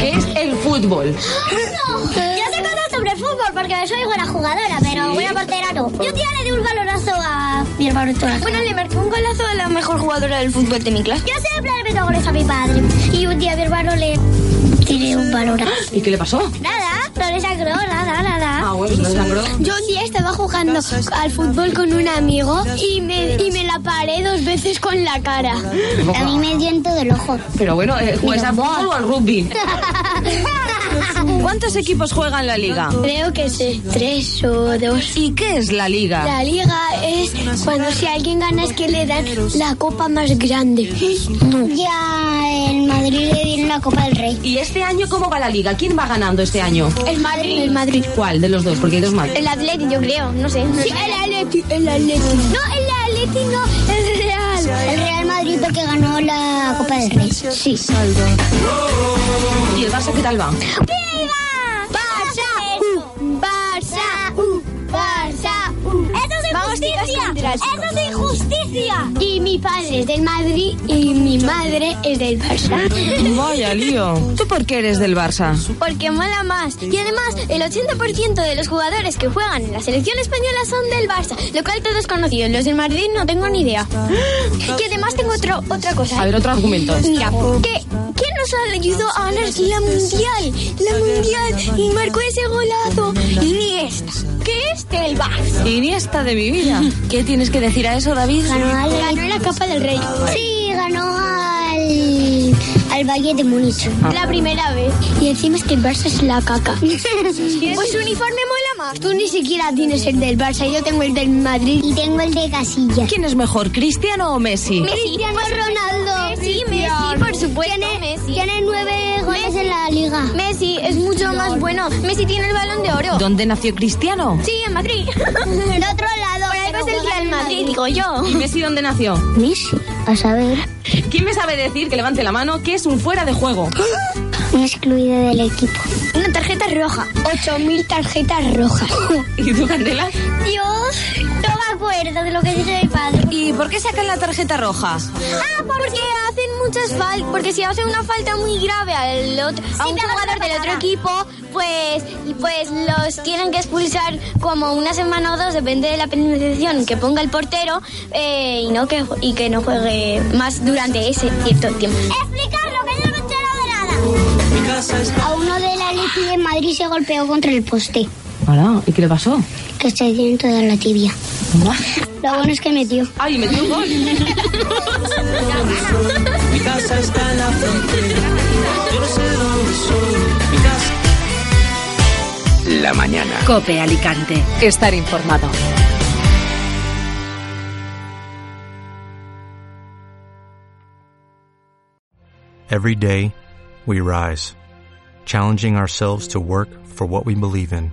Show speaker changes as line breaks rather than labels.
Es el fútbol.
Yo te conozco sobre fútbol porque soy buena jugadora, pero buena portera no. Yo tía le di un balonazo a mi hermano Héctor.
Bueno, le marqué un golazo a la mejor jugadora del fútbol de mi clase.
Yo siempre le meto goles a mi padre. Y un día a mi hermano le tiré un balonazo.
¿Y qué le pasó?
Nada, no le sangró, nada, nada.
Ah, bueno, no sangró.
Yo un día estaba jugando al fútbol con un amigo y me, y me la paré dos veces con la cara. A mí me dio en todo el ojo.
Pero bueno, eh, ¿jugáis al fútbol o al rugby? ¿Cuántos equipos juegan la liga?
Creo que sí. Tres o dos.
¿Y qué es la liga?
La liga es cuando si alguien gana es que le dan la copa más grande. Ya en Madrid le dieron la copa del rey.
¿Y este año cómo va la liga? ¿Quién va ganando este año?
El Madrid. El Madrid.
¿Cuál de los dos? Porque hay dos más.
El Atleti, yo creo, no sé. el Atleti, el Atleti. No, el Atleti no, el Real. El Real Madrid porque ganó la Copa del Rey. Sí.
¿Y el Barça qué tal va?
¡Viva! Barça, Barça, Barça. Eso es injusticia. Eso es injusticia. Y mi padre es del Madrid y mi madre es del Barça.
Vaya lío. ¿Tú por qué eres del Barça?
Porque mola más. Y además, el 80% de los jugadores que juegan en la selección española son del Barça, lo cual todos conocidos. Los del Madrid no tengo ni idea. Y además tengo otro, otra
A
cosa.
ver, otro argumento.
Mira, que ¿quién nos ayudó a ganar la mundial? La mundial y marcó ese golazo. Iniesta, que es del Barça.
Iniesta de mi vida. ¿Qué tienes que decir a eso, David?
Ganó la Copa del Rey. Sí, ganó al, al Valle de Múnich.
La primera vez.
Y encima es que el Barça es la caca.
Pues su uniforme mola más.
tú ni siquiera tienes el del Barça, yo tengo el del Madrid. Y tengo el de Casilla.
¿Quién es mejor, Cristiano o Messi?
Cristiano Ronaldo.
Messi, Messi, por supuesto. Messi.
Tiene nueve goles en la liga.
Messi es mucho más bueno. Messi tiene el balón de oro.
¿Dónde nació Cristiano?
Sí, en Madrid.
Del otro lado.
Por ahí va a ser el Real Madrid, digo yo.
¿Y Messi dónde nació?
Messi, a saber,
¿Quién me sabe decir que levante la mano que es un fuera de juego?
un excluido del equipo.
Una tarjeta roja.
8.000 tarjetas rojas.
¿Y tú, Candela?
Dios, no me acuerdo de lo que dice mi padre.
¿Y por qué sacan la tarjeta roja?
Ah, porque hacen muchas faltas. Porque si hace una falta muy grave al otro, a un
te hago
jugador
la
del otro
patada.
equipo, pues, pues los tienen que expulsar como una semana o dos, depende de la penalización que ponga el portero eh, y no que y que no juegue más durante ese cierto tiempo.
Explicar lo que yo no me he enterado de nada. A uno de la Leti de Madrid se golpeó contra el poste,
Hola, ¿y qué le pasó?
que se dio en toda la tibia. Lo bueno es que metió.
¡Ay, me dio un gol!
Mi casa está en la frontera. Yo sé dónde soy. Mi casa.
La mañana.
Cope Alicante.
Estar informado.
Every day, we rise, challenging ourselves to work for what we believe in.